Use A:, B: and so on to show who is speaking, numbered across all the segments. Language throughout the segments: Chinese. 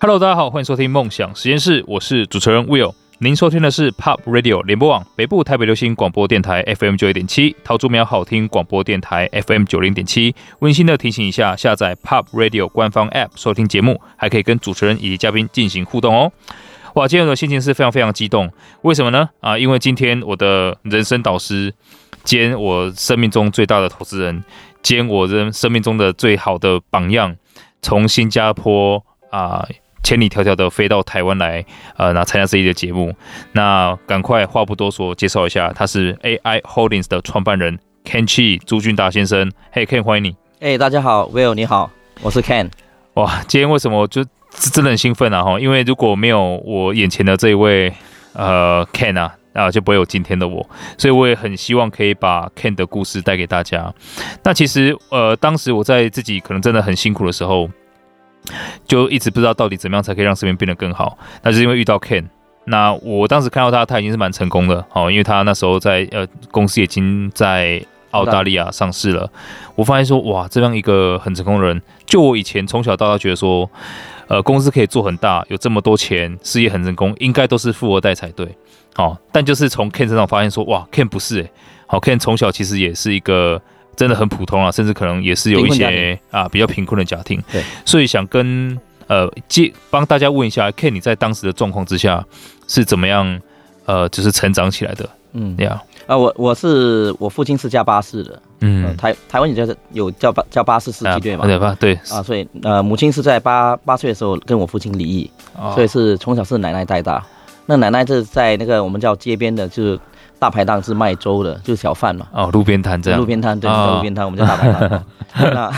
A: Hello，大家好，欢迎收听梦想实验室，我是主持人 Will。您收听的是 Pop Radio 联播网北部台北流行广播电台 FM 九一点七，桃竹苗好听广播电台 FM 九零点七。温馨的提醒一下，下载 Pop Radio 官方 App 收听节目，还可以跟主持人以及嘉宾进行互动哦。哇，今天我的心情是非常非常激动，为什么呢？啊，因为今天我的人生导师兼我生命中最大的投资人，兼我人生命中的最好的榜样，从新加坡啊、千里迢迢的飞到台湾来，呃，那参加这一的节目。那赶快话不多说，介绍一下，他是 AI Holdings 的创办人 Ken Chi 朱俊达先生。嘿、hey,，Ken，欢迎你！
B: 哎、大家好，Will 你好，我是 Ken。
A: 哇，今天为什么我就真的很兴奋啊？哈，因为如果没有我眼前的这一位呃 Ken 啊。啊，就不会有今天的我，所以我也很希望可以把 Ken 的故事带给大家。那其实，呃，当时我在自己可能真的很辛苦的时候，就一直不知道到底怎么样才可以让身边变得更好。那就是因为遇到 Ken。那我当时看到他，他已经是蛮成功的哦，因为他那时候在呃公司已经在澳大利亚上市了。我发现说，哇，这样一个很成功的人，就我以前从小到大觉得说，呃，公司可以做很大，有这么多钱，事业很成功，应该都是富二代才对。哦，但就是从 Ken 身上发现说，哇，Ken 不是诶，好、k e n 从小其实也是一个真的很普通啊，甚至可能也是有一
B: 贫困家
A: 些啊比较贫困的家庭，
B: 对，
A: 所以想跟呃借帮大家问一下，Ken 你在当时的状况之下是怎么样呃就是成长起来的
B: 嗯，
A: 呀
B: 啊，我我是我父亲是驾巴士的，呃
A: 嗯，啊
B: 台台湾也叫有叫巴叫巴士司机对吗？
A: 对吧？对，
B: 啊，所以呃，母亲是在八八岁的时候跟我父亲离异，
A: 哦
B: 所以是从小是奶奶带大。那奶奶是在那个我们叫街边的，就是大排档是卖粥的，就是小贩嘛。
A: 哦，路边摊这样
B: 路，边摊，对，
A: 哦
B: 叫路边摊，我们叫大排 档。那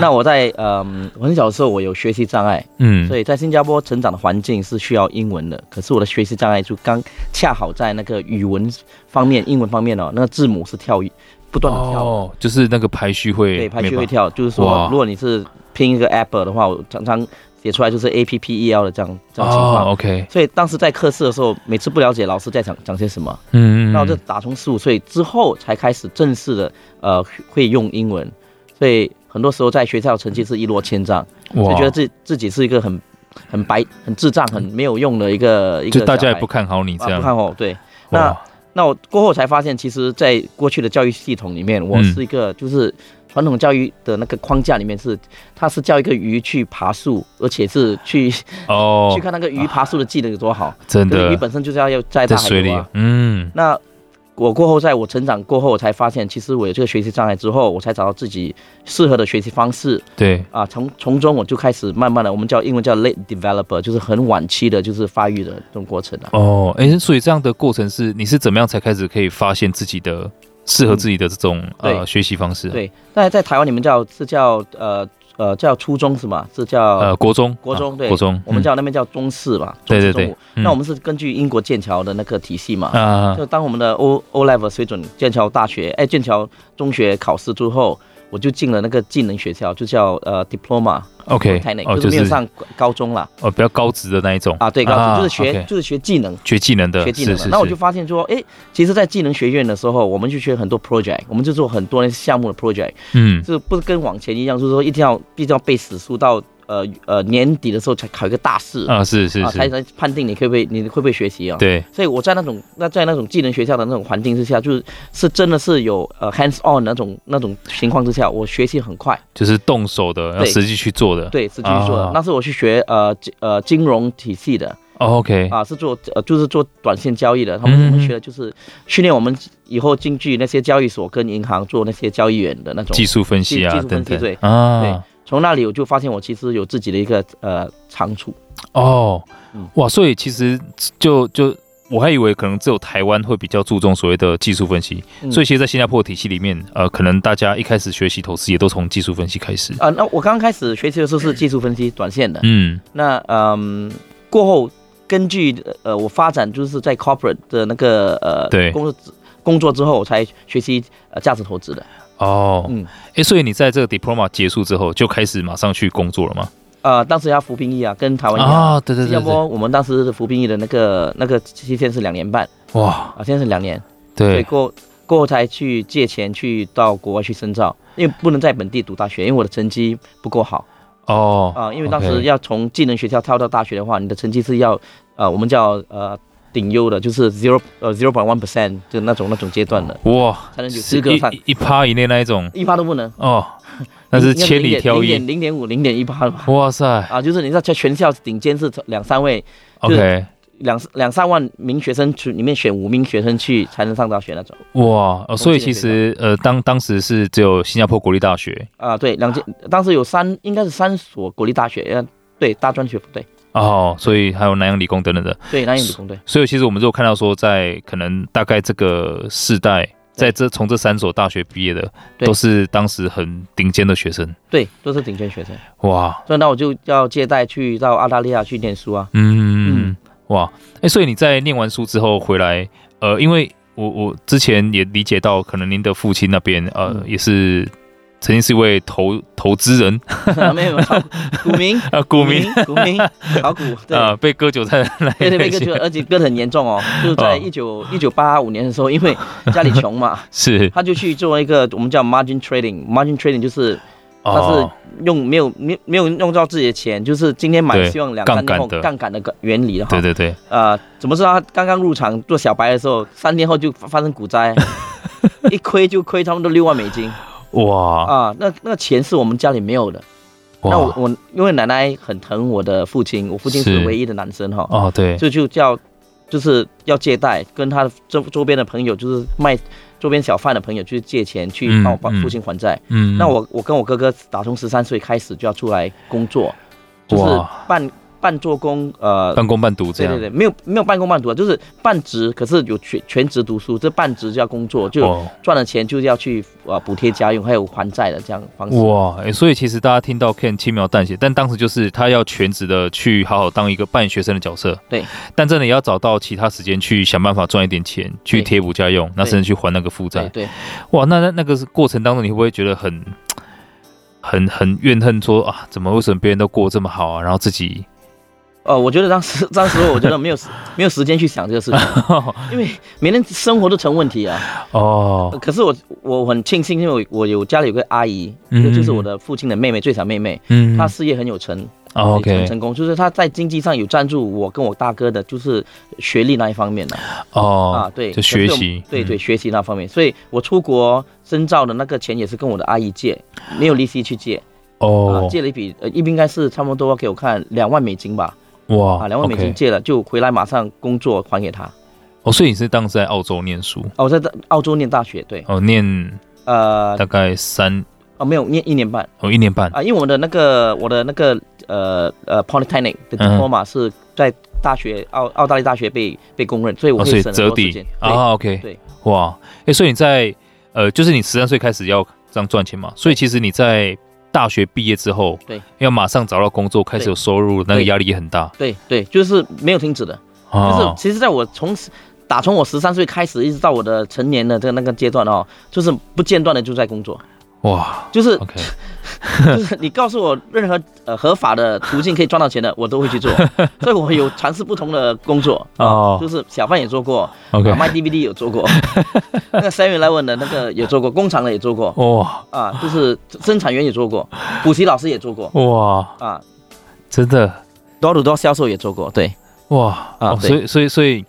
B: 那我在嗯，我很小的时候我有学习障碍，
A: 嗯，
B: 所以在新加坡成长的环境是需要英文的，可是我的学习障碍就刚恰好在那个语文方面、英文方面哦，那个字母是跳不断的跳，
A: 哦，就是那个排序会
B: 对，排
A: 没
B: 序
A: 办
B: 会
A: 法
B: 跳，就是
A: 哇
B: 说如果你是拼一个 apple 的话，我常常写出来就是 a p p e l 的这样这样情
A: 哦
B: 况。
A: ，OK，
B: 所以当时在课室的时候，每次不了解老师在讲讲些什么，
A: 嗯，
B: 那我就打从十五岁之后才开始正式的呃会用英文，所以很多时候在学校成绩是一落千丈。
A: 哇
B: 就觉得自自己是一个很很白、很智障、很没有用的一个一
A: 就
B: 个小孩，
A: 大家也不看好你
B: 啊
A: 这样，
B: 不看好。对，那
A: 哇
B: 那我过后才发现，其实，在过去的教育系统里面，我
A: 嗯
B: 是一个就是传统教育的那个框架里面是，它是叫一个鱼去爬树，而且是去、
A: 哦
B: 去，看那个鱼爬树的技能有多好。
A: 真
B: 可是
A: 的
B: 鱼本身就是要要在
A: 在
B: 大海
A: 水里
B: 游啊，
A: 嗯。
B: 那我过后，在我成长过后，我才发现，其实我有这个学习障碍之后，我才找到自己适合的学习方式，
A: 对，
B: 啊，从从中我就开始慢慢的，我们叫英文叫 late developer，就是很晚期的，就是发育的这种过程啊。
A: 哦，哎，所以这样的过程是你是怎么样才开始可以发现自己的适合自己的这种、
B: 嗯对
A: 呃学习方式啊？
B: 对，那在台湾你们叫是叫呃呃叫初中是吗？是叫、
A: 呃，国中，
B: 国中
A: 啊
B: 对
A: 国中，
B: 我
A: 嗯、
B: 们叫那边叫中四嘛？
A: 对对
B: 中
A: 对
B: 四中五，那我
A: 们
B: 们是根据英国剑桥的那个体系嘛？
A: 啊、
B: 就当我们的 O O level 水准，剑桥大学哎剑桥中学考试之后，我就进了那个技能学校，就叫呃 diploma
A: o k
B: technic，、
A: 哦，
B: 就
A: 就
B: 是没有
A: 是
B: 上高中啦。
A: 哦比较高职的那一种
B: 啊，对，高中、
A: 啊
B: 就是学、
A: OK
B: 就是学技能。
A: 学技能的，
B: 学技能
A: 是
B: 了
A: 是。
B: 那我就是发现说，哎，其实，在技能学院的时候，我们就学很多 project，我们就做很多项目的 project，
A: 嗯，
B: 就是不是跟往前一样，就是说一定要必须要背死书到呃呃年底的时候才考一个大试
A: 啊，是是
B: 啊，
A: 是，
B: 才能判定你可不可以你会不会学习啊。
A: 对，
B: 所以我在那种那在那种技能学校的那种环境之下，就是是真的是有呃 hands on 那种那种情况之下，我学习很快，
A: 就是动手的，要
B: 对
A: 实际去做的，
B: 对，是继续说的
A: 啊。
B: 那是我去学呃金呃金融体系的，
A: 哦，OK，
B: 啊，是做呃就是做短线交易的，他们
A: 嗯
B: 我们学的就是训练我们以后进去那些交易所跟银行做那些交易员的那种
A: 技。术分析啊
B: 技技术分
A: 等
B: 析
A: 等
B: 对对
A: 啊，
B: 从那里我就发现我其实有自己的一个呃长处，
A: 哦
B: 嗯，
A: 哇，所以其实就就我还以为可能只有台湾会比较注重所谓的技术分析，
B: 嗯
A: 所以其实，在新加坡的体系里面，呃，可能大家一开始学习投资也都从技术分析开始。
B: 啊、那我刚开始学习的时候是技术分析短线的，
A: 嗯，
B: 那嗯过后根据呃我发展就是在 corporate 的那个呃
A: 对
B: 工作工作之后，我才学习呃价值投资的，
A: 哦，
B: 嗯
A: 诶，所以你在这个 diploma 结束之后，就开始马上去工作了吗？
B: 呃当时要服兵役啊，跟台湾一样。
A: 啊，对对
B: 新
A: 对
B: 加
A: 对，
B: 坡我们当时的服兵役的那个那个期限是两年半。
A: 哇，
B: 啊，现在是两年，所以
A: 对，
B: 过过后才去借钱去到国外去深造，因为不能在本地读大学，因为我的成绩不够好
A: 哦
B: 啊、因为当
A: OK
B: 时要从技能学校跳到大学的话，你的成绩是要呃，我们叫呃顶优的，就是 zero 呃 zero point one percent 就那种那种阶段的，
A: 哇，
B: 才能有
A: 哦是
B: 资格
A: 一
B: 上
A: 一一趴以内那一种
B: 一趴都不能，
A: 哦，那是千里挑
B: 零
A: 一，
B: 点零点五零点一趴吧。
A: 哇塞
B: 啊，就是你知道，在全校顶尖是两三位，就是
A: ，OK，
B: 两两三万名学生去里面选五名学生去才能上大学那种。
A: 哇，哦，所以
B: 记得
A: 其实呃，当当时是只有新加坡国立大学
B: 啊，对，两间，当时有三，应该是三所国立大学，呃，对，大专学府，对，
A: 哦，所以还有南洋理工等等的，
B: 对，南洋理工，对，
A: 所以其实我们如果看到说，在可能大概这个世代，在这从这三所大学毕业的，
B: 对
A: 都是当时很顶尖的学生，
B: 对，都是顶尖学生。
A: 哇，
B: 所以那我就要借贷去到澳大利亚去念书啊。
A: 嗯，哇，哎、所以你在念完书之后回来，呃，因为我我之前也理解到，可能您的父亲那边，呃，
B: 嗯
A: 也是曾经是一位投投资人，
B: 没有，炒股股民，
A: 呃，股民，，
B: 股民，炒股，嗯对。
A: 呃，被割韭菜的那
B: 对
A: 一
B: 对，
A: 类
B: 被割
A: 型
B: 韭，而且割得很严重哦。就是在
A: 哦
B: 一九一九八五年的时候，因为家里穷嘛，
A: 是，
B: 他就去做一个我们叫 margin trading。margin trading 就是他是
A: 哦，
B: 用没有没有没有用到自己的钱，就是今天买
A: 对
B: 希望两三年后
A: 杠杆的
B: 杠杆的原理的哈
A: 对。对对，
B: 呃，怎么说？他刚刚入场做小白的时候，三天后就发发生股 灾，一亏就亏差不多六万美金
A: 哇
B: 啊！那那个钱是我们家里没有的。那我
A: 哇，
B: 我因为奶奶很疼我的父亲，我父亲
A: 是
B: 是唯一的男生哈，
A: 哦对，
B: 就就叫就是要借贷，跟他的周周边的朋友，就是卖周边小贩的朋友去借钱去
A: 嗯
B: 帮我帮
A: 嗯
B: 父亲还债。
A: 嗯，
B: 那我我跟我哥哥打从十三岁开始就要出来工作，就是
A: 哇
B: 半半做工，呃，
A: 半工半读这
B: 对
A: 样，
B: 对对，没有没有半工半读啊，就是半职，可是有全全职读书，这半职就要工作，就
A: 哦
B: 赚了钱就要去呃补贴家用，还有还债的这样方式。
A: 哇、欸所以其实大家听到 Ken 轻描淡写，但当时就是他要全职的去好好当一个扮演学生的角色，
B: 对，
A: 但真的也要找到其他时间去想办法赚一点钱，去
B: 对
A: 贴补家用，那甚至去还那个负
B: 对
A: 债。
B: 对，
A: 哇，那那那个过程当中，你会不会觉得很、很、很怨恨说啊，怎么为什么别人都过这么好啊，然后自己
B: 呃，我觉得当时 当时我觉得没有时没有时间去想这 个事情，因为每天生活都成问题啊。
A: 哦，
B: 可是我我很庆幸，因为我我有家里有个阿姨，
A: 嗯
B: 就是我的父亲的妹妹，最小妹妹，
A: 嗯
B: 她事业很有成，
A: 哦
B: 很
A: OK
B: 成功，就是她在经济上有赞助我跟我大哥的，就是学历那一方面的。啊
A: 哦，，
B: 对，
A: 就
B: 可
A: 学
B: 是我
A: 习，
B: 对对，
A: 嗯，
B: 学习那方面，所以我出国深造的那个钱也是跟我的阿姨借，没有利息去借，啊，
A: 哦，
B: 借了一笔，呃，一应该是差不多给我看两万美金吧，
A: 哇，
B: 啊，两万美
A: 哦 OK
B: 金借了，就回来马上工作还给他。
A: 哦，所以你是当时在澳洲念书，
B: 哦，我在澳洲念大学，对，
A: 哦，念
B: 呃，
A: 大概三
B: 哦，没有念一年半
A: 哦一年半，
B: 啊，因为我的那个我的那个呃呃 polytechnic 的
A: 嗯
B: diploma 是在大学澳澳大利亚大学被被公认，所以我
A: 哦，所
B: 会
A: 以
B: 省很
A: 折
B: 多时
A: 抵
B: 间。
A: 啊，OK，
B: 对，
A: 哇，哎、所以你在呃，就是你十三岁开始要这样赚钱嘛，所以其实你在大学毕业之后，
B: 对，
A: 要马上找到工作，开始
B: 对
A: 有收入，那个
B: 对
A: 压力也很大
B: 对对对，就是没有停止的。就是
A: 哦，
B: 其实在我从十打从我十三岁开始，一直到我的成年的这个那个阶段哦，就是不间断的就在工作，
A: 哇
B: 就是
A: ，OK，
B: 就是你告诉我任何呃合法的途径可以赚到钱的，我都会 去做。所以我有尝试不同的工作
A: 哦
B: 就是小贩也做过，
A: ，OK，
B: 啊卖 DVD 有做 过，那个 Seven Eleven 的那个也做过，工厂的也做过
A: 哇
B: 啊，就是生产员也做过，补习老师也做过
A: 哇，
B: 啊，
A: 真的
B: 多鲁多销售也做过，对
A: 哇，
B: 啊
A: 哦，
B: 对
A: 所以所以所以，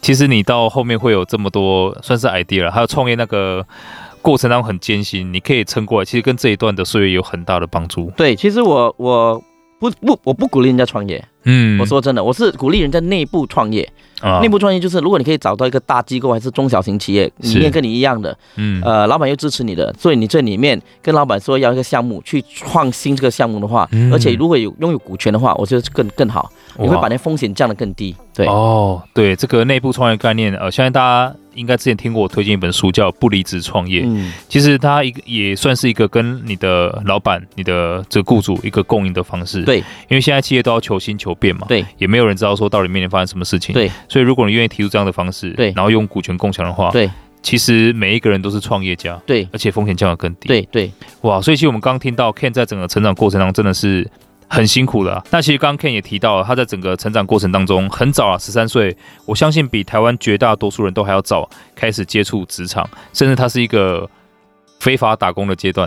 A: 其实你到后面会有这么多算是 idea 了，还有创业那个。过程当中很艰辛，你可以撑过来，其实跟这一段的岁月有很大的帮助。
B: 对，其实我我不不我不鼓励人家创业，
A: 嗯，
B: 我说真的，我是鼓励人家内部创业。
A: 啊
B: 内部创业就是，如果你可以找到一个大机构还是中小型企业，
A: 是
B: 理念跟你一样的，
A: 嗯
B: 呃，老板又支持你的，所以你这里面跟老板说要一个项目去创新这个项目的话，
A: 嗯
B: 而且如果有拥有股权的话，我觉得是更更好，你会
A: 哇
B: 把那风险降得更低。对，
A: 哦，对，这个内部创业概念，呃，相信大家应该之前听过我推荐一本书叫《不离职创业》，
B: 嗯，
A: 其实它一个也算是一个跟你的老板、你的这个雇主一个共赢的方式。，
B: 对
A: 因为现在企业都要求新求变嘛，
B: 对
A: 也没有人知道说到底明年发生什么事情。
B: 对，
A: 所以如果你愿意提出这样的方式，
B: 对
A: 然后用股权共享的话，，
B: 对
A: 其实每一个人都是创业家，
B: 对
A: 而且风险降得更低。
B: 对对，
A: 哇，所以其实我们刚刚听到 Ken 在整个成长过程当中真的是很辛苦的、啊。那其实刚刚 Ken 也提到了，他在整个成长过程当中很早啊，十三岁，我相信比台湾绝大多数人都还要早开始接触职场，甚至他是一个非法打工的阶 段。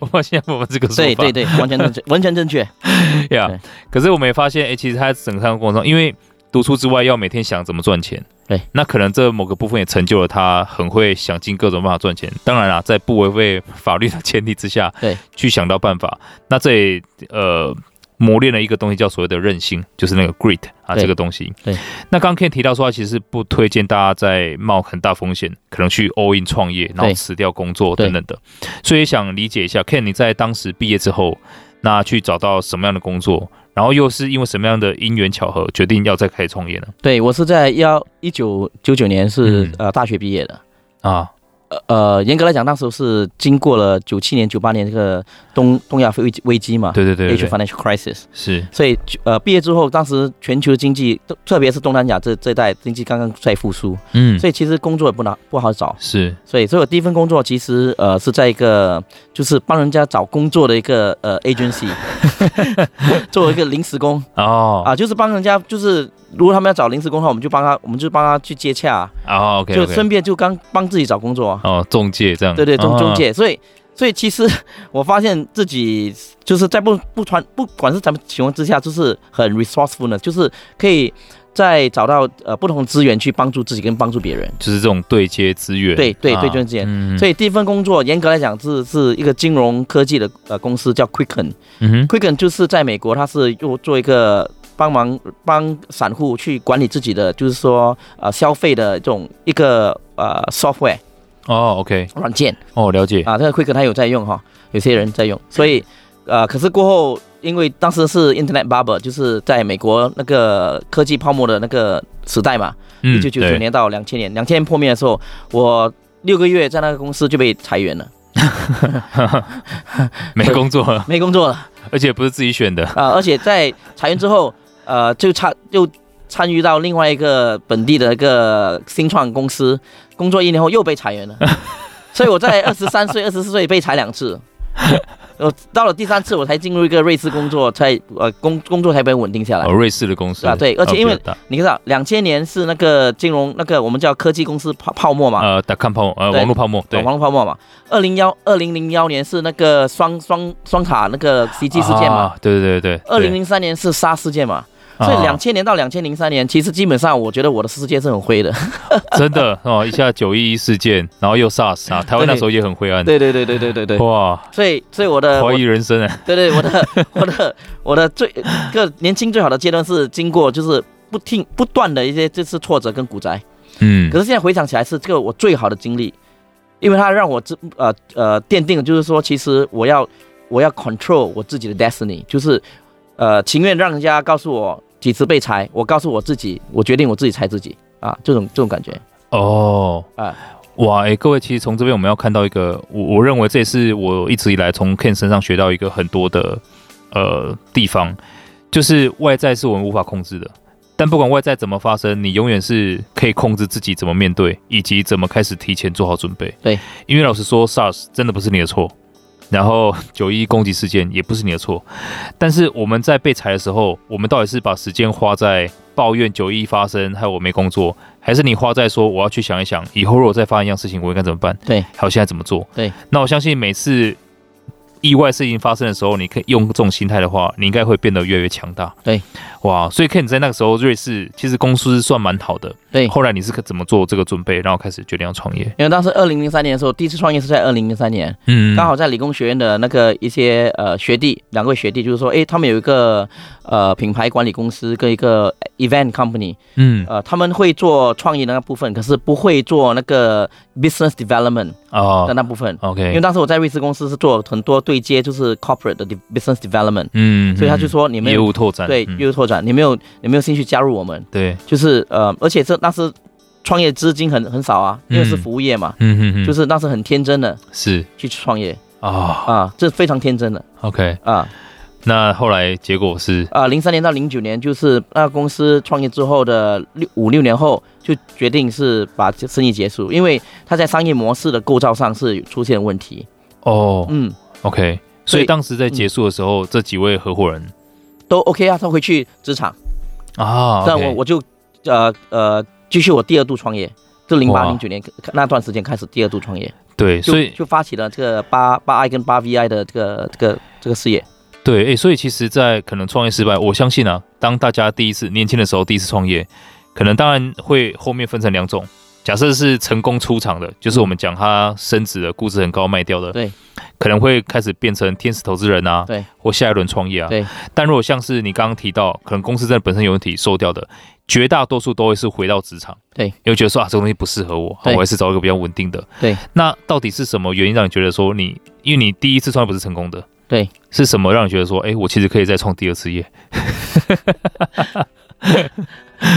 A: 我发现我们这个说法，
B: 对对对，完全正确，完全正确。
A: 呀、
B: 对
A: 可是我们也发现，哎、其实他整个过程中，因为读书之外要每天想怎么赚钱，
B: 对，
A: 那可能这某个部分也成就了他很会想尽各种办法赚钱。当然啦，在不违背法律的前提之下，
B: 对，
A: 去想到办法。那这也呃磨练了一个东西叫所谓的韧性，就是那个 grit 啊
B: 对
A: 这个东西。
B: 对，
A: 那刚刚 Ken 提到说，他其实不推荐大家在冒很大风险，可能去 all in 创业，然后
B: 对
A: 辞掉工作
B: 对
A: 等等的。所以想理解一下，Ken 你在当时毕业之后，那去找到什么样的工作，然后又是因为什么样的因缘巧合决定要再开始创业呢？
B: 对我是在幺一九九九年是、
A: 嗯
B: 呃大学毕业的。
A: 啊，
B: 呃呃，严格来讲，那时候是经过了九七年、九八年这个东东亚危危机嘛，
A: 对对对
B: a s
A: 对
B: i a financial crisis。
A: 是
B: 所以呃，毕业之后，当时全球经济，特特别是东南亚这这一带经济刚刚在复苏，
A: 嗯
B: 所以其实工作也不难不好找。
A: 是
B: 所以，所以我第一份工作其实呃是在一个就是帮人家找工作的一个呃 agency，作为一个临时工
A: 哦
B: 啊，就是帮人家就是如果他们要找临时工的话，我们就帮他，我们就帮他去接洽，啊
A: 哦 OK
B: 就
A: OK
B: 顺便就刚帮自己找工作。啊
A: 哦中介这样
B: 对对，中
A: 哦
B: 中介，所以所以其实我发现自己就是在不不传不管是什么情况之下，就是很 resourceful 呢，就是可以在找到呃不同的资源去帮助自己跟帮助别人。
A: 就是这种对接资源啊嗯
B: 对对对接资源
A: 源
B: 所
A: 以
B: 以第一份工作严格来讲是是一个金融科技的呃公司叫 Quicken，Quicken
A: 嗯哼
B: 就是在美国，它是又做一个。帮忙帮散户去管理自己的，就是说，呃，消费的这种一个呃 software
A: 哦 OK
B: 软件，
A: 哦了解
B: 啊，这个 Quick 他有在用哈，有些人在用，所以呃，可是过后，因为当时是 Internet bubble，就是在美国那个科技泡沫的那个时代嘛，一
A: 嗯
B: 九九九
A: 对
B: 年到两千年，两千年破灭的时候，我六个月在那个公司就被裁员了，
A: 没工作了，
B: 没工作了
A: 而且不是自己选的
B: 啊、而且在裁员之后，呃，就参又参与到另外一个本地的一个新创公司，工作一年后又被裁员了， 所以我在二十三岁、二十四岁被裁两次。我到了第三次，我才进入一个瑞士工作，才呃工工作才被稳定下来
A: 哦。瑞士的公司
B: 啊对而且因为
A: 哦比较大
B: 你知道，两千年是那个金融那个我们叫科技公司泡泡沫嘛，
A: 呃打看泡沫呃
B: 对
A: 网络泡沫对
B: 网络泡沫嘛。二零幺二零零幺年是那个双双双塔那个袭击事件嘛，
A: 啊对对对对
B: 二零零三年是杀事件嘛。
A: 对
B: 所以
A: 啊
B: 两千年到两千零三年，其实基本上我觉得我的世界是很灰
A: 嗯
B: 的。
A: 真的哦，一下九一一事件，然后又 SARS 啊，台湾那时候也很灰暗，
B: 对对对对对对对。
A: 哇，
B: 所以所以我的
A: 怀
B: 我
A: 疑人生啊，
B: 对对我的 我的我的最一个年轻最好的阶段是经过就是不停不断的一些这次挫折跟股灾，
A: 嗯
B: 可，是现在回想起来是这个我最好的经历，因为它让我知呃呃奠定了就是说其实我要我要 control 我自己的 destiny，就是呃情愿让人家告诉我几次被裁，我告诉我自己，我决定我自己裁自己啊这种这种感觉。
A: 哦，
B: 啊
A: 哇，哎，各位，其实从这边我们要看到一个，我我认为这也是我一直以来从 Ken 身上学到一个很多的呃地方，就是外在是我们无法控制的。但不管外在怎么发生，你永远是可以控制自己怎么面对，以及怎么开始提前做好准备。
B: 对，
A: 因为老实说，SARS 真的不是你的错，然后 九一攻击事件也不是你的错，但是我们在被裁的时候，我们到底是把时间花在抱怨九一发生害我没工作，还是你花在说我要去想一想，以后如果再发生一样事情，我应该怎么办？
B: 对，
A: 还有现在怎么做？
B: 对，
A: 那我相信每次意外事情发生的时候，你可以用这种心态的话，你应该会变得越来越强大。
B: 对，
A: 哇，所以 Ken 你在那个时候瑞士其实公司算蛮好的，
B: 对，
A: 后来你是怎么做这个准备，然后开始决定要创业？
B: 因为当时二零零三年的时候，第一次创业是在二零零三年，
A: 嗯
B: 刚好在理工学院的那个一些呃学弟，两位学弟就是说，诶，他们有一个呃品牌管理公司跟一个呃 event company，
A: 嗯
B: 呃，他们会做创意的那部分，可是不会做那个 business development 的
A: 哦
B: 那部分。呃因为
A: OK，
B: 当时我在瑞士公司是做很多对接，就是 corporate 的 de- business development，
A: 嗯，
B: 所以他就说你没
A: 业
B: 有
A: 务拓展，
B: 对
A: 嗯
B: 业务拓展，你没有你没有兴趣加入我们，
A: 对，
B: 就是呃，而且这当时创业资金很很少啊，因为是
A: 嗯
B: 服务业嘛，
A: 嗯嗯嗯，
B: 就是是当时很天真的
A: 是
B: 去创业
A: 啊、
B: 啊，这非常天真的
A: o k
B: 啊
A: 那后来结果是
B: 啊！零、3三年到零九年，就是那公司创业之后的六五六年后，就决定是把这生意结束，因为它在商业模式的构造上是有出现问题。
A: 哦、
B: 嗯，
A: o k 所以当时在结束的时候，这几位合伙人
B: 都 OK 啊，他回去职场，
A: 啊，
B: 但
A: OK
B: 我我就呃呃继续我第二度创业，就零八
A: 哇
B: 零九年那段时间开始第二度创业。
A: 对，
B: 就
A: 所以
B: 就发起了这个八八 I 跟八 VI 的这个这个这个事业。
A: 对，诶，所以其实，在可能创业失败，我相信啊，当大家第一次年轻的时候第一次创业，可能当然会后面分成两种。假设是成功出场的，就是我们讲他升值了，估值很高卖掉的，
B: 对，
A: 可能会开始变成天使投资人啊，
B: 对，
A: 或下一轮创业啊，
B: 对。
A: 但如果像是你刚刚提到，可能公司真的本身有问题收掉的，绝大多数都会是回到职场，
B: 对，
A: 因为觉得说啊，这个东西不适合我，啊
B: 对
A: 我还是找一个比较稳定的，
B: 对。
A: 那到底是什么原因让你觉得说你，因为你第一次创业不是成功的，
B: 对，
A: 是什么让你觉得说，哎，我其实可以再创第二次业？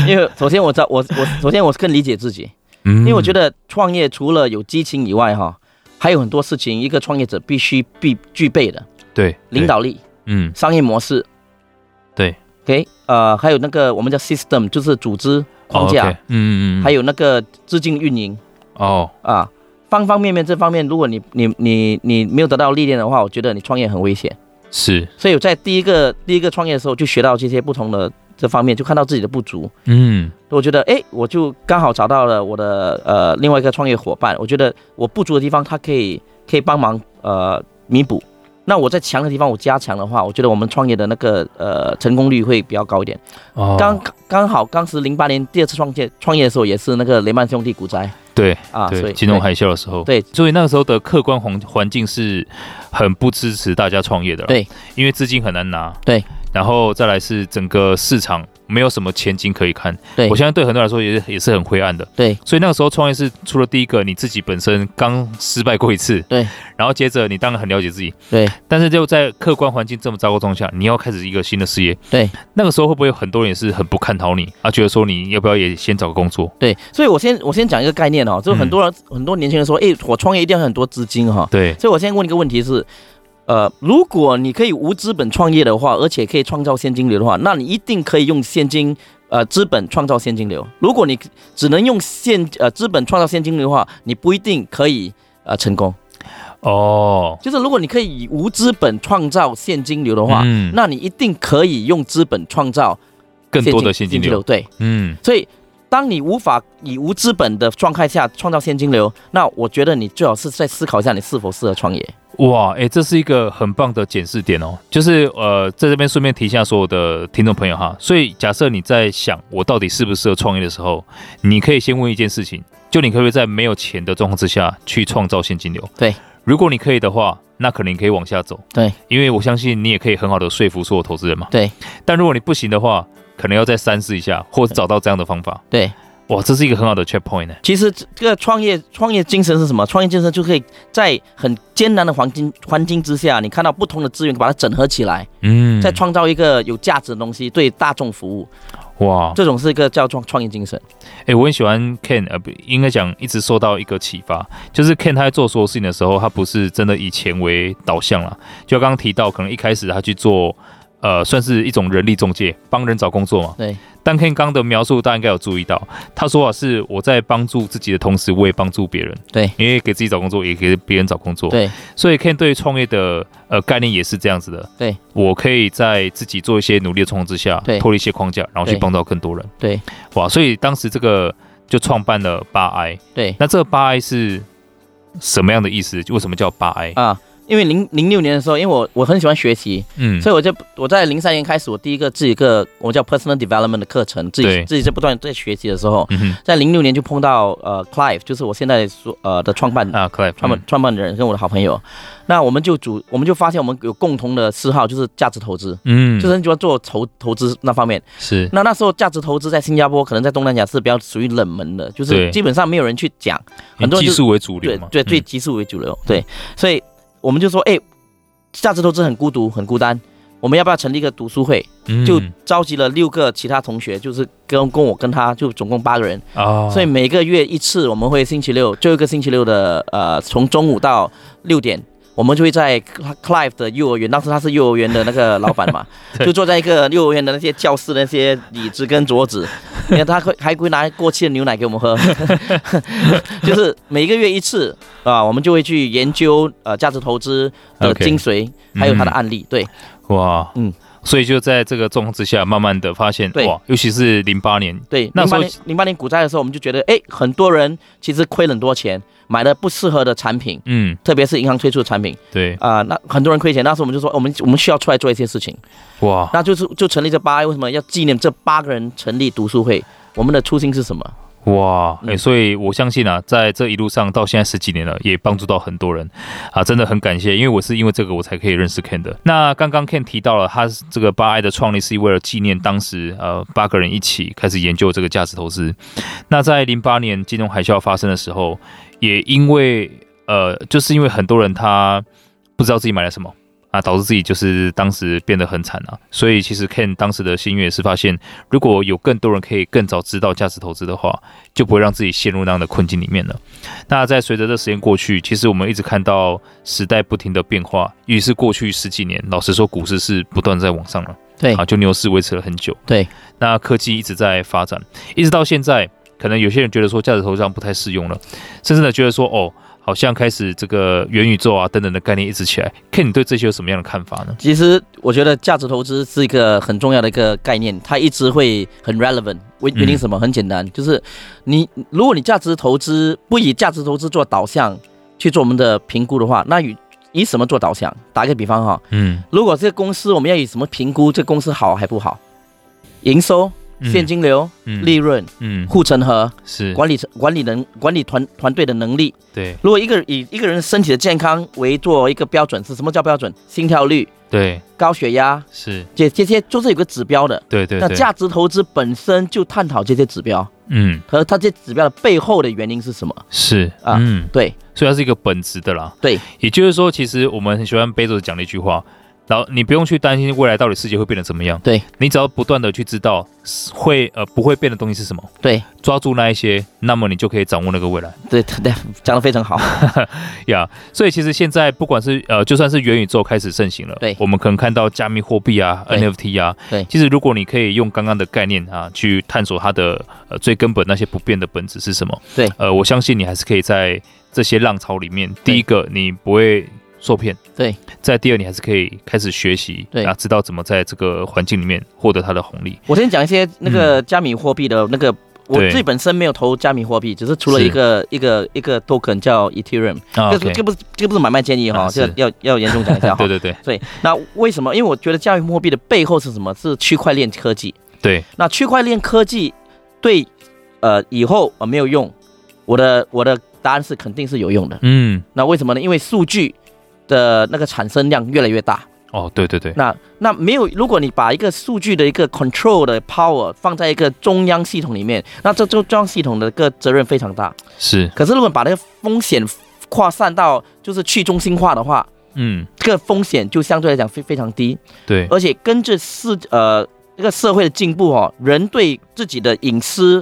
B: 因为首先我知道我我首先我更理解自己，
A: 嗯，
B: 因为我觉
A: 得，
B: 得创业除了有激情以外，哈，还有很多事情一个创业者必须必具备的
A: 对，
B: 领导力、
A: 对，嗯，
B: 商业模式。
A: 对
B: ，OK，呃，还有那个我们叫 system，就是组织框
A: 哦
B: 架，
A: ，OK，嗯嗯嗯，
B: 还
A: 有
B: 有那个资金运营
A: 哦，
B: 啊，方方面面这方面，如果你你你你没有得到历练的话，我觉得你创业很危险。
A: 是，
B: 所以我在第一个第一个创业的时候就学到这些不同的这方面，就看到自己的不足。
A: 嗯，
B: 我觉得，哎，我就刚好找到了我的呃另外一个创业伙伴，我觉得我不足的地方，他可以可以帮忙呃弥补。那我在强的地方我加强的话，我觉得我们创业的那个呃成功率会比较高一点。
A: 哦，
B: 刚刚好，当时零八年第二次创业创业的时候，也是那个雷曼兄弟股灾
A: 对
B: 啊，所
A: 对，
B: 以
A: 金融海啸的时候，
B: 对
A: 所以那个时候的客观环环境是很不支持大家创业的啦，
B: 对，
A: 因为资金很难拿，
B: 对，
A: 然后再来是整个市场没有什么前景可以看，
B: 对
A: 我相信对很多人来说也是也是很灰暗的，
B: 对
A: 所以那个时候创业是除了第一个你自己本身刚失败过一次，
B: 对，
A: 然后接着你当然很了解自己，
B: 对
A: 但是就在客观环境这么糟糕状况下，你要开始一个新的事业，
B: 对
A: 那个时候会不会有很多人也是很不看好你啊，觉得说你要不要也先找个工作？
B: 对，所以我先我先讲一个概念哦，就很
A: 嗯
B: 多人、很多年轻人说，哎，我创业一定要很多资金哈、
A: 对，
B: 所以我现在问一个问题是，呃，如果你可以无资本创业的话，而且可以创造现金流的话，那你一定可以用现金呃资本创造现金流。如果你只能用现呃资本创造现金流的话，你不一定可以呃成功。
A: 哦，
B: 就是如果你可以以无资本创造现金流的话，
A: 嗯
B: 那你一定可以用资本创造
A: 更多的现金流，
B: 对，
A: 嗯，
B: 所以。当你无法以无资本的状态下创造现金流，那我觉得你最好是再思考一下你是否适合创业。
A: 哇，哎、这是一个很棒的检视点哦。就是呃，在这边顺便提一下所有的听众朋友哈。所以，假设你在想我到底适不适合创业的时候，你可以先问一件事情：就你可不可以在没有钱的状况之下去创造现金流？
B: 对，
A: 如果你可以的话，那可能你可以往下走。
B: 对，
A: 因为我相信你也可以很好的说服所有投资人嘛。
B: 对，
A: 但如果你不行的话，可能要再三思一下，或者找到这样的方法。
B: 对，
A: 哇，这是一个很好的 checkpoint 呢。
B: 其实这这个创业创业精神是什么？创业精神就可以在很艰难的环境环境之下，你看到不同的资源，把它整合起来，
A: 嗯，
B: 再创造一个有价值的东西，对大众服务，
A: 哇，
B: 这种是一个叫创创业精神。
A: 哎、我很喜欢 Ken，呃，不应该讲一直受到一个启发，就是 Ken 他在做所有事情的时候，他不是真的以钱为导向啦。就刚刚提到，可能一开始他去做，呃，算是一种人力中介，帮人找工作嘛。
B: 对
A: 但 Ken 刚的描述，大家应该有注意到，他说啊，是我在帮助自己的同时，我也帮助别人。
B: 对，
A: 因为给自己找工作，也给别人找工作。
B: 对
A: 所以 Ken 对于创业的呃概念也是这样子的。
B: 对，
A: 我可以在自己做一些努力的状况之下，
B: 对
A: 脱离一些框架，然后去
B: 对
A: 帮到更多人。
B: 对
A: 哇，所以当时这个就创办了八 I。
B: 对
A: 那这个八 I 是什么样的意思？为什么叫八 I？
B: 啊，因为零零六年的时候，因为我我很喜欢学习，
A: 嗯，
B: 所以我就我在零三年开始，我第一个自己一个我们叫 personal development 的课程，自
A: 对
B: 己自己在不断在学习的时候，
A: 嗯哼
B: 在零六年就碰到呃 Clive，就是我现在所呃的创办
A: 啊，Clive，
B: 创办创办人跟我的好朋友，那我们就主我们就发现我们有共同的嗜好，就是价值投资，
A: 嗯，
B: 就是很喜欢做投投资那方面。
A: 是
B: 那那时候价值投资在新加坡可能在东南亚是比较属于冷门的，就
A: 对
B: 是基本上没有人去讲，很多
A: 以
B: 人
A: 技
B: 就
A: 术为主
B: 对
A: 流嘛，
B: 对，最
A: 嗯
B: 技术为主流，对，所以我们就说，哎，价值投资很孤独很孤单，我们要不要成立一个读书会？
A: 嗯
B: 就召集了六个其他同学，就是跟跟我跟他就总共八个人，
A: 啊，，
B: 所以每个月一次，我们会星期六，最后一个星期六的呃，从中午到六点，我们就会在 Cl- Clive 的幼儿园，当时他是幼儿园的那个老板嘛
A: 对
B: 就坐在一个幼儿园的那些教室的那些椅子跟桌子，你看他会还会拿过期的牛奶给我 们喝，就是每个月一次啊、我们就会去研究呃价值投资的
A: OK
B: 精髓，还有它的案例，对
A: 哇，
B: 嗯。
A: 所以就在这个状况之下，慢慢的发现
B: 对
A: 哇，尤其是零八年，
B: 对，
A: 那
B: 零
A: 时
B: 八
A: 候
B: 年零八年股灾的时候，我们就觉得，哎，很多人其实亏了很多钱，买了不适合的产品，
A: 嗯，
B: 特别是银行推出的产品
A: 对，
B: 啊、那很多人亏钱。那时候我们就说，我们我们需要出来做一些事情，
A: 哇，
B: 那就是就成立这八，为什么要纪念这八个人成立读书会？我们的初心是什么？
A: 哇，哎、
B: 嗯
A: 所以我相信啊，在这一路上到现在十几年了，也帮助到很多人啊，真的很感谢，因为我是因为这个我才可以认识 Ken 的。那刚刚 Ken 提到了，他这个八爱的创立是为了纪念当时呃八个人一起开始研究这个价值投资。那在零八年金融海啸发生的时候，也因为呃，就是因为很多人他不知道自己买了什么。啊，导致自己就是当时变得很惨啊，所以其实 Ken 当时的心愿是发现，如果有更多人可以更早知道价值投资的话，就不会让自己陷入那样的困境里面了。那在随着这时间过去，其实我们一直看到时代不停的变化，于是过去十几年，老实说，股市是不断在往上了，
B: 对
A: 啊，就牛市维持了很久。
B: 对，
A: 那科技一直在发展，一直到现在，可能有些人觉得说价值投资上不太适用了，甚至呢觉得说哦，好像开始这个元宇宙啊等等的概念一直起来。Ken，你对这些有什么样的看法呢？
B: 其实我觉得价值投资是一个很重要的一个概念，它一直会很 relevant。为
A: 嗯
B: 原因什么？很简单，就是你如果你价值投资不以价值投资做导向去做我们的评估的话，那以以什么做导向？打个比方哈，
A: 嗯，
B: 如果这个公司我们要以什么评估这个公司好还不好？营收、现金流、
A: 嗯
B: 利润、
A: 嗯
B: 护城河、
A: 是
B: 管理管理能管理团团队的能力。
A: 对
B: 如果一个以一个人身体的健康为做一个标准，是什么叫标准？心跳率、
A: 对
B: 高血压。
A: 是，
B: 这这些都是有个指标的。
A: 对对
B: 那
A: 对，
B: 价值投资本身就探讨这些指标
A: 嗯
B: 和它这些指标的背后的原因是什么？
A: 是
B: 啊
A: 嗯，
B: 对
A: 所以它是一个本质的啦。
B: 对，
A: 也就是说，其实我们很喜欢贝佐斯讲的一句话，然后你不用去担心未来到底世界会变得怎么样，
B: 对
A: 你只要不断的去知道会呃不会变的东西是什么，
B: 对
A: 抓住那一些，那么你就可以掌握那个未来
B: 对对，讲得非 常好。
A: 呀。所以其实现在不管是呃就算是元宇宙开始盛行了，
B: 对
A: 我们可能看到加密货币啊、
B: 对
A: NFT 啊，
B: 对
A: 其实如果你可以用刚刚的概念啊去探索它的呃最根本那些不变的本质是什么，
B: 对
A: 呃我相信你还是可以在这些浪潮里面，
B: 对
A: 第一个你不会受骗。
B: 对
A: 在第二，你还是可以开始学习，
B: 对
A: 啊，知道怎么在这个环境里面获得它的红利。
B: 我先讲一些那个加密货币的那个。我
A: 对
B: 自己本身没有投加密货币，只是出了
A: 是
B: 一个一个一个 token 叫 Ethereum，
A: 啊
B: 这
A: ，OK，
B: 这不是这不是买卖建议哈，
A: 啊
B: 这
A: 是
B: 要要严重讲一下哈
A: 对。对对
B: 对，那为什么？因为我觉得加密货币的背后是什么？是区块链科技。
A: 对，
B: 那区块链科技对呃以后呃没有用，我的我的答案是肯定是有用的。
A: 嗯，
B: 那为什么呢？因为数据的那个产生量越来越大。
A: 哦，对对对，
B: 那那没有，如果你把一个数据的一个 control 的 power 放在一个中央系统里面，那这这中央系统的一个责任非常大。
A: 是，
B: 可是如果把那个风险扩散到就是去中心化的话，
A: 嗯，
B: 这个风险就相对来讲非非常低。
A: 对，
B: 而且跟着世呃这个社会的进步哦，人对自己的隐私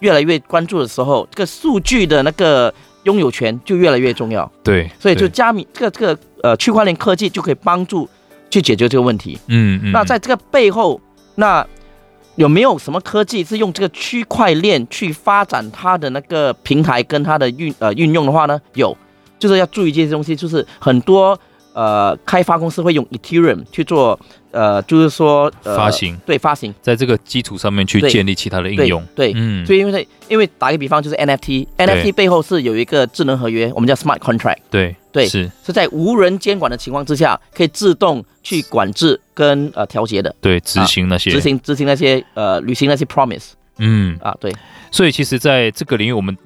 B: 越来越关注的时候，这个数据的那个拥有权就越来越重要。
A: 对，
B: 所以就
A: 对
B: 加密这个这个呃区块链科技就可以帮助去解决这个问题。
A: 嗯嗯，
B: 那在这个背后，那有没有什么科技是用这个区块链去发展它的那个平台跟它的运呃运用的话呢？有，就是要注意这些东西，就是很多呃开发公司会用 Ethereum 去做呃，就是说、呃、
A: 发行
B: 对发行
A: 在这个基础上面去
B: 对
A: 建立其他的应
B: 对
A: 用，
B: 对。
A: 嗯，
B: 所以，因为因为打个比方，就是 NFT，NFT 背后是有一个智能合约，我们叫 smart contract，
A: 对
B: 对
A: 是，
B: 是在无人监管的情况之下，可以自动去管制跟呃调节的，
A: 对执行那些，
B: 执行执行那些呃履行那些 promise。
A: 嗯，
B: 啊，对
A: 所以其实在这个领域，我们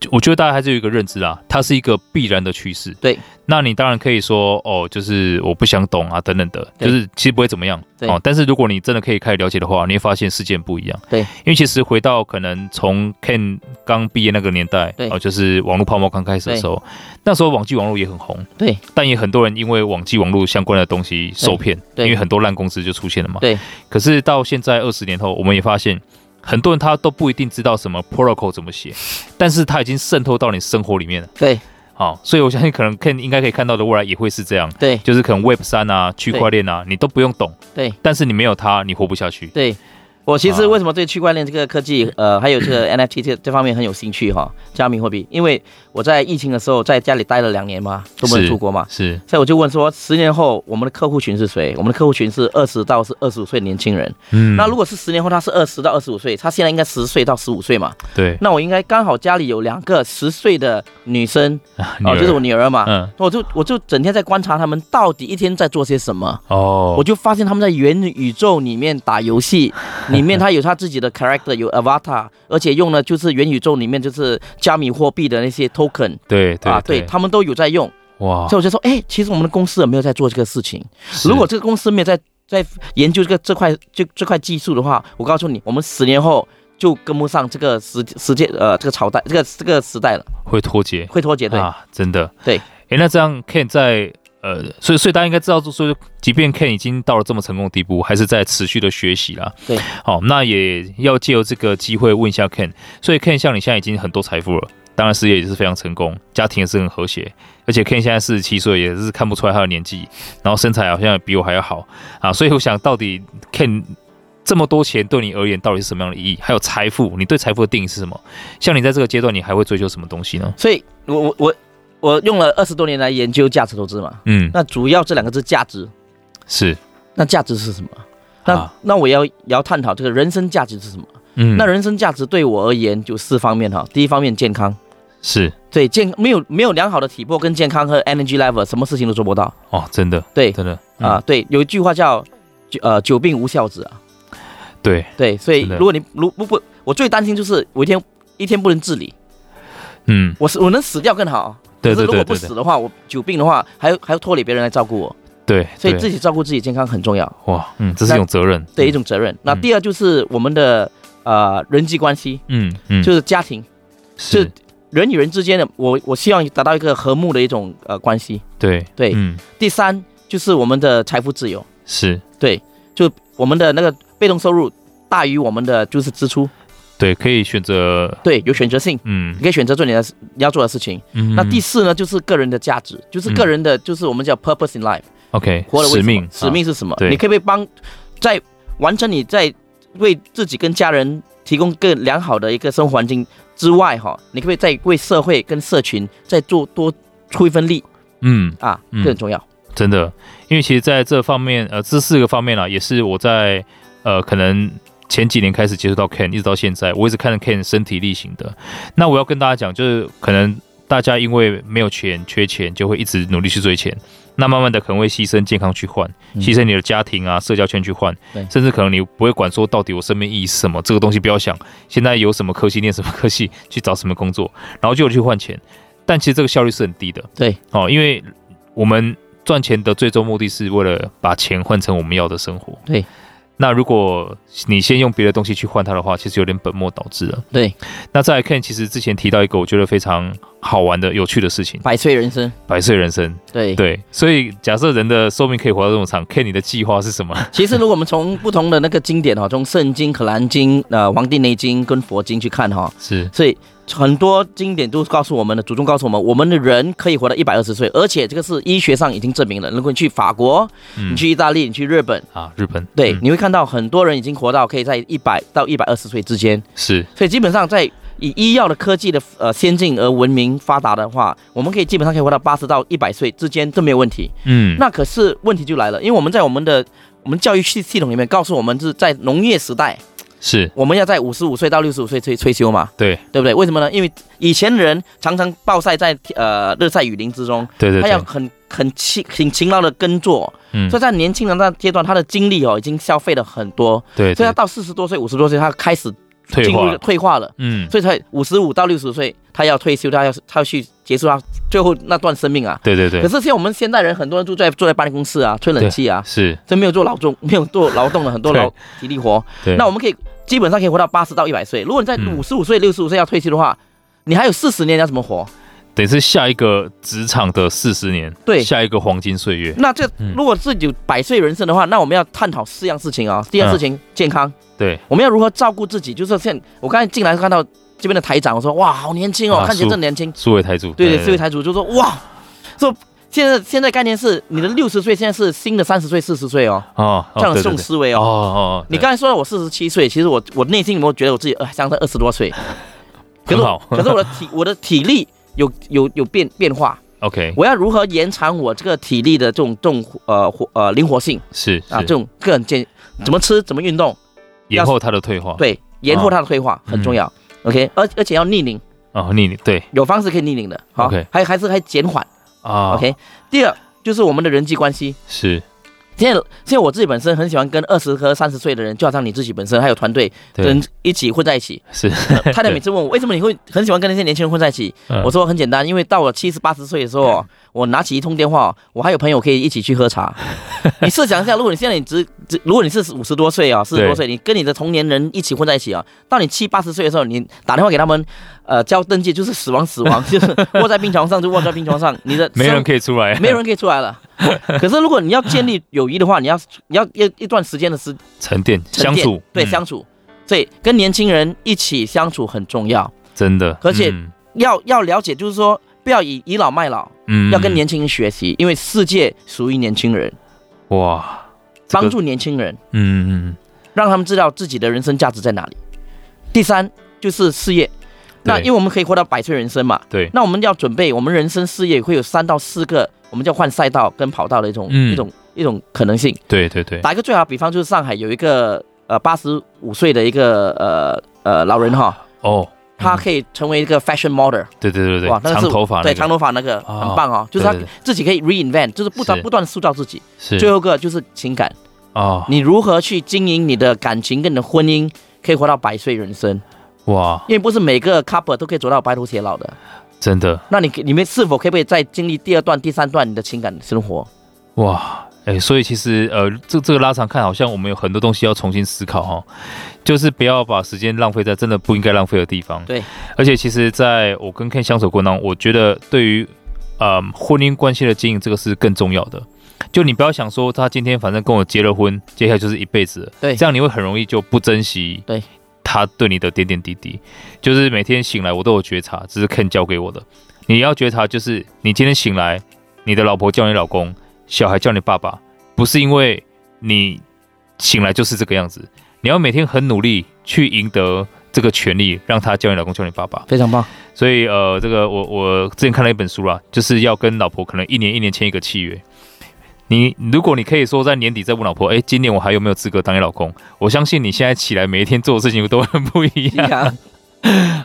A: 就我觉得大家还是有一个认知啊，它是一个必然的趋势。
B: 对，
A: 那你当然可以说哦，就是我不想懂啊，等等的，就
B: 对
A: 是其实不会怎么样。
B: 对
A: 哦，但是如果你真的可以开始了解的话，你会发现事件不一样。
B: 对
A: 因为其实回到可能从 Ken 刚毕业那个年代，
B: 对
A: 哦，就是网络泡沫刚开始的时候，那时候网际网络也很红，
B: 对，
A: 但也很多人因为网际网络相关的东西受骗，
B: 对对
A: 因为很多烂公司就出现了嘛。
B: 对，
A: 可是到现在二十年后，我们也发现。很多人他都不一定知道什么 protocol 怎么写，但是他已经渗透到你生活里面了。
B: 对
A: 好，所以我相信可能 Ken 应该可以看到的未来也会是这样，
B: 对
A: 就是可能 Web 三啊、区块链啊，你都不用懂，
B: 对
A: 但是你没有它，你活不下去。
B: 对，我其实
A: 啊
B: 为什么对区块链这个科技，呃，还有 这个 NFT 这这方面很有兴趣哈，加密货币，因为我在疫情的时候在家里待了两年嘛，都不能
A: 是
B: 出国嘛，
A: 是
B: 所以我就问说，十年后我们的客户群是谁？我们的客户群是二十到是二十五岁的年轻人。
A: 嗯，
B: 那如果是十年后他是二十到二十五岁，他现在应该十岁到十五岁嘛？
A: 对，
B: 那我应该刚好家里有两个十岁的女生，
A: 女
B: 哦，
A: 儿
B: 就是我女儿嘛。
A: 嗯
B: 我就我就整天在观察他们到底一天在做些什么，
A: 哦，
B: 我就发现他们在元宇宙里面打游戏，里面他有他自己的 character，有 avatar，而且用的就是元宇宙里面就是加密货币的那些 token
A: 对对
B: 啊，对他们都有在用。
A: 哇
B: 所以，我就说，哎，其实我们的公司有没有在做这个事情？
A: 是
B: 如果这个公司没有在在研究这个这块这这块技术的话，我告诉你，我们十年后就跟不上这个时时间呃这个朝代这个这个时代了，
A: 会脱节，
B: 会脱节对。
A: 啊，真的
B: 对。
A: 哎，那这样 Ken 在呃，所以所以大家应该知道，就是即便 Ken 已经到了这么成功的地步，还是在持续的学习啦。
B: 对，
A: 好，那也要借由这个机会问一下 Ken，所以 Ken 像你现在已经很多财富了。当然，事业也是非常成功，家庭也是很和谐，而且 Ken 现在四十七岁，也是看不出来他的年纪，然后身材好像比我还要好啊，所以我想到底 Ken 这么多钱对你而言到底是什么样的意义？还有财富，你对财富的定义是什么？像你在这个阶段，你还会追求什么东西呢？
B: 所以我我我我用了二十多年来研究价值投资嘛，
A: 嗯，
B: 那主要这两个字价值，
A: 是，
B: 那价值是什么？那、
A: 啊
B: 那我要也要探讨这个人生价值是什么？
A: 嗯，
B: 那人生价值对我而言就四方面哈，第一方面健康，
A: 是
B: 对健没有没有良好的体魄跟健康和 energy level，什么事情都做不到。
A: 哦，真的，
B: 对
A: 真的
B: 啊、，
A: 嗯
B: 对，有一句话叫“久呃久病无孝子”啊，
A: 对，
B: 对，所以
A: 是的
B: 如果你如不不，我最担心就是我一天一天不能自理，
A: 嗯，
B: 我死我能死掉更好，
A: 对
B: 可
A: 对
B: 是如
A: 对
B: 果不
A: 对
B: 死
A: 对
B: 的话，我久病的话，还要还要拖累别人来照顾我，
A: 对，
B: 所以
A: 对
B: 自己照顾自己健康很重要，
A: 哇，嗯，这是一种责任，
B: 对一种责任。那第二就是我们的呃人际关系，
A: 嗯，嗯嗯，
B: 就是家庭，
A: 是
B: 就人与人之间的，我我希望达到一个和睦的一种呃关系。
A: 对
B: 对
A: 嗯，
B: 第三就是我们的财富自由，
A: 是
B: 就我们的那个被动收入大于我们的就是支出，
A: 对，可以选择，
B: 对，有选择性。
A: 嗯
B: 你可以选择做你的你要做的事情。
A: 嗯，
B: 那第四呢，就是个人的价值，就是个人的，就是我们叫 purpose in life，
A: 嗯 OK
B: 活的为
A: 使
B: 什么
A: 命，啊
B: 使命是什么？
A: 对
B: 你可不可以帮在完成你在为自己跟家人提供更良好的一个生活环境之外，哈，你可不可以再为社会跟社群再做多出一份力
A: 啊，嗯，
B: 啊？
A: 嗯
B: 这很重要。
A: 真的，因为其实在这方面，呃，这四个方面啊，也是我在呃可能前几年开始接触到 Ken，一直到现在，我一直看着 Ken 身体力行的。那我要跟大家讲，就是可能大家因为没有钱、缺钱，就会一直努力去追钱。那慢慢的可能会牺牲健康去换，
B: 嗯
A: 牺牲你的家庭啊、社交圈去换
B: 对，
A: 甚至可能你不会管说到底我生命意义是什么，这个东西不要想。现在有什么科系念什么科系，去找什么工作，然后就去换钱。但其实这个效率是很低的，
B: 对
A: 哦，因为我们赚钱的最终目的是为了把钱换成我们要的生活。
B: 对，
A: 那如果你先用别的东西去换它的话，其实有点本末倒置了。
B: 对，
A: 那再来看，其实之前提到一个我觉得非常好玩的、有趣的事情
B: 百岁人生，
A: ——百岁人生。
B: 对。
A: 对， 所以假设人的寿命可以活到这么长，Ken 你的计划是什么？
B: 其实，如果我们从不同的那个经典哈，从圣经、可兰经、呃《黄帝内经》跟佛经去看哈，
A: 是
B: 所以很多经典都告诉我们的，祖宗告诉我们，我们的人可以活到一百二十岁，而且这个是医学上已经证明了。如果你去法国，
A: 嗯
B: 你去意大利，你去日本，
A: 啊，日本
B: 对，
A: 嗯
B: 你会看到很多人已经活到可以在一百到一百二十岁之间。
A: 是
B: 所以基本上在以医药的科技的呃先进而文明发达的话，我们可以基本上可以活到八十到一百岁之间，这没有问题。
A: 嗯，
B: 那可是问题就来了，因为我们在我们的我们教育系系统里面告诉我们是在农业时代，
A: 是
B: 我们要在五十五岁到六十五岁退退休嘛。
A: 对
B: 对不对？为什么呢？因为以前的人常常暴晒在呃日晒雨淋之中，
A: 对对
B: 他要
A: 对，
B: 很很勤很勤劳的耕作，
A: 嗯
B: 所以在年轻人那阶段，他的精力哦已经消费了很多，
A: 对
B: 所以他
A: 对
B: 到四十多岁、五十多岁，他开始
A: 退
B: 进入
A: 化了，
B: 退化了，
A: 嗯，
B: 所以才五十五到六十岁，他要退休，他要他要去结束他最后那段生命啊。
A: 对对对
B: 可，是像我们现代人，很多人都在坐在办公室啊，吹冷气啊，
A: 是
B: 所以没有做劳动，没有做劳动的很多劳体力活。
A: 对，
B: 那我们可以基本上可以活到八十到一百岁。如果你在
A: 嗯
B: 五十五岁、六十五岁要退休的话，你还有四十年要怎么活？
A: 等于是下一个职场的四十年，
B: 对
A: 下一个黄金岁月，
B: 那这
A: 嗯
B: 如果是有百岁人生的话，那我们要探讨四样事情啊、
A: 嗯
B: 第一样事情，健康，
A: 对，
B: 我们要如何照顾自己？就是现我刚才进来看到这边的台长，我说哇，好年轻哦，
A: 啊
B: 看起来
A: 是
B: 真年轻。
A: 苏伟台主，哎
B: 对对，这位台主就说哇，说现在现在概念是你的六十岁现在是新的三十岁、四十岁哦，
A: 哦，哦
B: 这样的
A: 对
B: 这
A: 对
B: 种
A: 对
B: 思维
A: 哦
B: 哦。
A: 哦，
B: 你
A: 对
B: 刚才说我四十七岁，其实我我内心我觉得我自己呃像是二十多岁，可是
A: 很
B: 我
A: 好
B: 可是我的体 我的体力有有有变变化，
A: OK
B: 我要如何延长我这个体力的这种这种呃活呃灵活性
A: 是
B: 啊？
A: 是
B: 这种个人建议，怎么吃怎么运动，
A: 延后它的退化，
B: 对，延
A: 啊
B: 后它的退化
A: 嗯
B: 很重要。OK，而而且要逆龄，
A: 哦，逆对
B: 有方式可以逆龄的，好
A: OK，
B: 还还是还减缓。
A: 啊
B: OK，第二就是我们的人际关系。
A: 是
B: 现在，现在我自己本身很喜欢跟二十和三十岁的人，就好像你自己本身还有团队
A: 对
B: 人一起混在 一起。
A: 是，
B: 太太每次问我为什么你会很喜欢跟那些年轻人混在一起，
A: 嗯
B: 我说很简单，因为到了七十八十岁的时候，我拿起一通电话，我还有朋友可以一起去喝 茶。你试想一下，如果你现在你只只，如果你是五十多岁啊，四十多岁，你跟你的同年人一起混在一起啊，到你七八十岁的时候，你打电话给他们，呃，交登记就是死亡死亡，就是卧在病床上就卧在病床上，你的
A: 没
B: 生
A: 人可以出来，
B: 没有人可以出来了。可是如果你要建立友谊的话，你要你要要一段时间的时
A: 沉淀
B: 沉
A: 相
B: 淀
A: 处，
B: 对
A: 嗯
B: 相处，所以跟年轻人一起相处很重要。
A: 真的，
B: 而且
A: 嗯
B: 要要了解，就是说不要以倚老卖老，
A: 嗯
B: 要跟年轻人学习，因为世界属于年轻人，
A: 哇，这个
B: 帮助年轻人，
A: 嗯嗯
B: 让他们知道自己的人生价值在哪里。第三就是事业，那
A: 对
B: 因为我们可以活到百岁人生嘛，
A: 对
B: 那我们要准备我们人生事业会有三到四个，我们叫换赛道跟跑道的一种、
A: 嗯
B: 一种一种可能性。
A: 对对对，
B: 打一个最好的比方，就是上海有一个呃八十五岁的一个呃呃老人哈，
A: 哦，
B: 他
A: 嗯
B: 可以成为一个 fashion model，
A: 对对对对，
B: 哇那个是
A: 长头发那
B: 对
A: 个
B: 长头发那个
A: 哦
B: 很棒哦，就是他
A: 对对对
B: 自己可以 reinvent，就是不断
A: 是
B: 不断地塑造自己。
A: 是
B: 最后一个就是情感，
A: 哦
B: 你如何去经营你的感情跟你的婚姻，可以活到百岁人生？
A: 哇，
B: 因为不是每个 couple 都可以走到白头偕老的。
A: 真的
B: 那你你们是否可不可以再经历第二段、第三段你的情感生活？
A: 哇。哎，所以其实呃，这这个拉长看，好像我们有很多东西要重新思考哈、哦，就是不要把时间浪费在真的不应该浪费的地方。
B: 对，
A: 而且其实在我跟 Ken 相处过程当中，我觉得对于呃婚姻关系的经营，这个是更重要的。就你不要想说他今天反正跟我结了婚，接下来就是一辈子了，
B: 对
A: 这样你会很容易就不珍惜
B: 对
A: 他对你的点点滴滴。就是每天醒来我都有觉察，这是 Ken 教给我的。你要觉察，就是你今天醒来，你的老婆叫你老公，小孩叫你爸爸，不是因为你醒来就是这个样子，你要每天很努力去赢得这个权利，让他叫你老公叫你爸爸。
B: 非常棒，
A: 所以呃，这个我我之前看了一本书啦，就是要跟老婆可能一年一年签一个契约。你如果你可以说在年底再问老婆，哎，今年我还有没有资格当你老公？我相信你现在起来每一天做的事情都很不一
B: 一
A: 样
B: 样，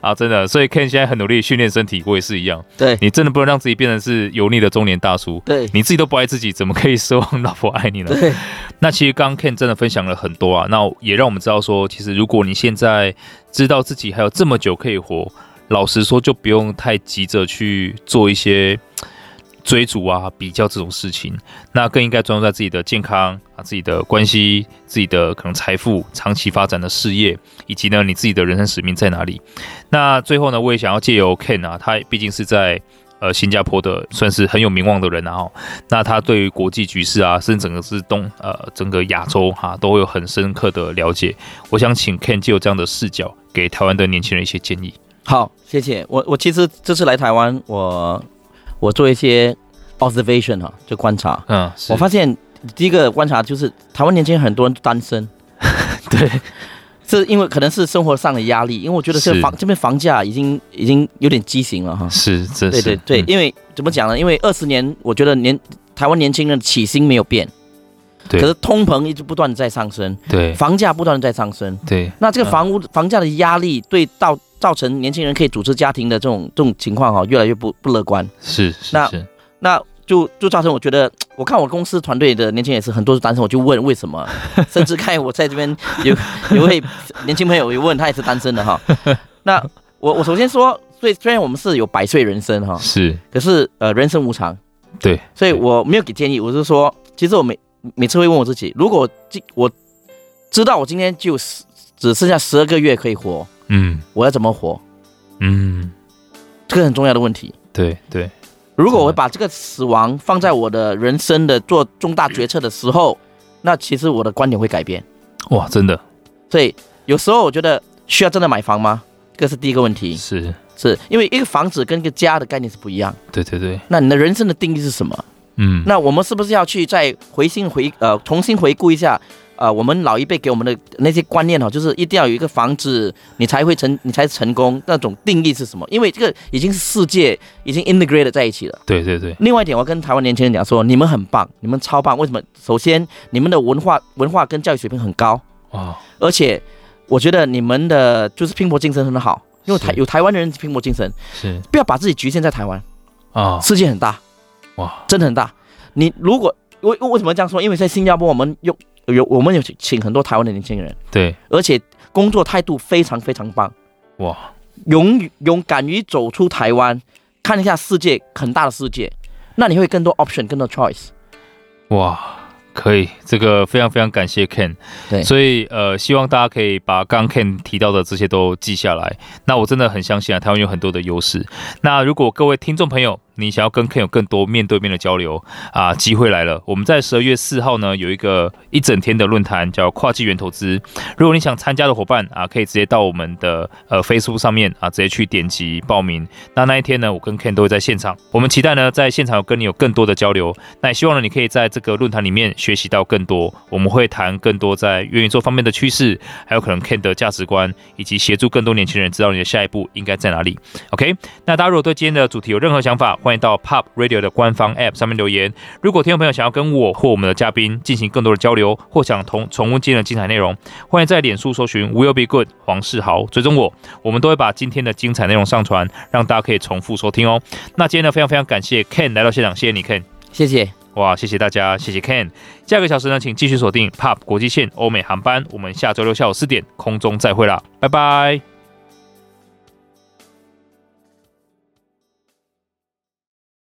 A: 啊，真的。所以 Ken 现在很努力训练身体，我也是一样。
B: 对
A: 你真的不能让自己变成是油腻的中年大叔，
B: 对
A: 你自己都不爱自己，怎么可以奢望老婆爱你呢？
B: 对
A: 那其实刚刚 Ken 真的分享了很多啊，那也让我们知道说，其实如果你现在知道自己还有这么久可以活，老实说就不用太急着去做一些嘖追逐啊、比较这种事情，那更应该专注在自己的健康啊、自己的关系、自己的可能财富、长期发展的事业，以及呢你自己的人生使命在哪里。那最后呢，我也想要借由 Ken 啊，他毕竟是在。呃，新加坡的算是很有名望的人啊、哦，那他对于国际局势啊，甚至整个是东呃整个亚洲哈、都会有很深刻的了解。我想请 Ken 就有这样的视角，给台湾的年轻人一些建议。
B: 好，谢谢。我我其实这次来台湾，我我做一些 observation 哈、就观察。
A: 嗯，
B: 我发现第一个观察就是，台湾年轻人很多人单身，
A: 对，
B: 这因为可能是生活上的压力，因为我觉得
A: 是
B: 是房这边房价已经已经有点畸形了哈。
A: 是这
B: 对
A: 是
B: 对对，
A: 嗯
B: 因为怎么讲呢？因为二十年，我觉得年台湾年轻人起薪没有变，
A: 对
B: 可是通膨一直不断的在上升，
A: 嗯对
B: 房价不断的在上升，
A: 对
B: 那这
A: 嗯
B: 个房屋、房价的压力对到造成年轻人可以组织家庭的这种这种情况哈、越来越不不乐观。
A: 是是
B: 那
A: 是，
B: 那就就造成我觉得，我看我公司团队的年轻人也是很多是单身，我就问为 什么，甚至看我在这边有有位年轻朋友也问他也是单身的哈。那我我首先说，所以虽然我们是有百岁人生哈，
A: 是
B: 可是呃人生无常，
A: 对，
B: 所以
A: 对
B: 我没有给建议，我是说，其实我每每次会问我自己，如果我今我知道我今天就十只剩下十二个月可以活，
A: 嗯
B: 我要怎么活？
A: 嗯，
B: 这个很重要的问题。
A: 对对
B: 如果我把这个死亡放在我的人生的做重大决策的时候，那其实我的观点会改变。
A: 哇，真的
B: 所以有时候我觉得需要真的买房吗？这个是第一个问题，
A: 是，
B: 是因为一个房子跟一个家的概念是不一样。
A: 对对对
B: 那你的人生的定义是什么？
A: 嗯，
B: 那我们是不是要去再回信回呃重新回顾一下？呃，我们老一辈给我们的那些观念哦，就是一定要有一个房子，你才会成，你才成功。那种定义是什么？因为这个已经是世界已经 integrated 在一起了。
A: 对对对，
B: 另外一点，我跟台湾年轻人讲说，你们很棒，你们超棒。为什么？首先，你们的文化文化跟教育水平很高，
A: 哇，
B: 而且我觉得你们的就是拼搏精神很好，因为台
A: 是
B: 有台湾的人拼搏精神，
A: 是
B: 不要把自己局限在台湾，
A: 啊，
B: 世界很大。
A: 哇，
B: 真的很大。你如果为为什么这样说？因为在新加坡，我们有有我们有请很多台湾的年轻人，
A: 对，
B: 而且工作态度非常非常棒，
A: 哇，
B: 勇勇敢于走出台湾，看一下世界很大的世界，那你会更多 option，更多 choice。
A: 哇。可以，这个非常非常感谢 Ken。
B: 对
A: 所以呃，希望大家可以把刚刚 Ken 提到的这些都记下来。那我真的很相信啊，台湾有很多的优势。那如果各位听众朋友，你想要跟 Ken 有更多面对面的交流啊，机会来了。我们在十二月四号呢有一个一整天的论坛，叫跨纪元投资。如果你想参加的伙伴啊，可以直接到我们的呃 Facebook 上面啊，直接去点击报名。那那一天呢，我跟 Ken 都会在现场。我们期待呢，在现场有跟你有更多的交流。那也希望呢，你可以在这个论坛里面学习到更多。我们会谈更多在元宇宙方面的趋势，还有可能 Ken 的价值观，以及协助更多年轻人知道你的下一步应该在哪里。OK，那大家如果对今天的主题有任何想法，欢迎到 Pop Radio 的官方 App 上面留言。如果听众朋友想要跟我或我们的嘉宾进行更多的交流，或想同重温今天的精彩内容，欢迎在脸书搜寻 Will Be Good 黄世豪，追踪我，我们都会把今天的精彩内容上传，让大家可以重复收听哦。那今天呢，非常非常感谢 Ken 来到现场，谢谢你 Ken。
B: 谢谢，
A: 哇，谢谢大家，谢谢 Ken。下个小时呢，请继续锁定 Pop 国际线欧美航班，我们下周六下午四点空中再会啦，拜拜。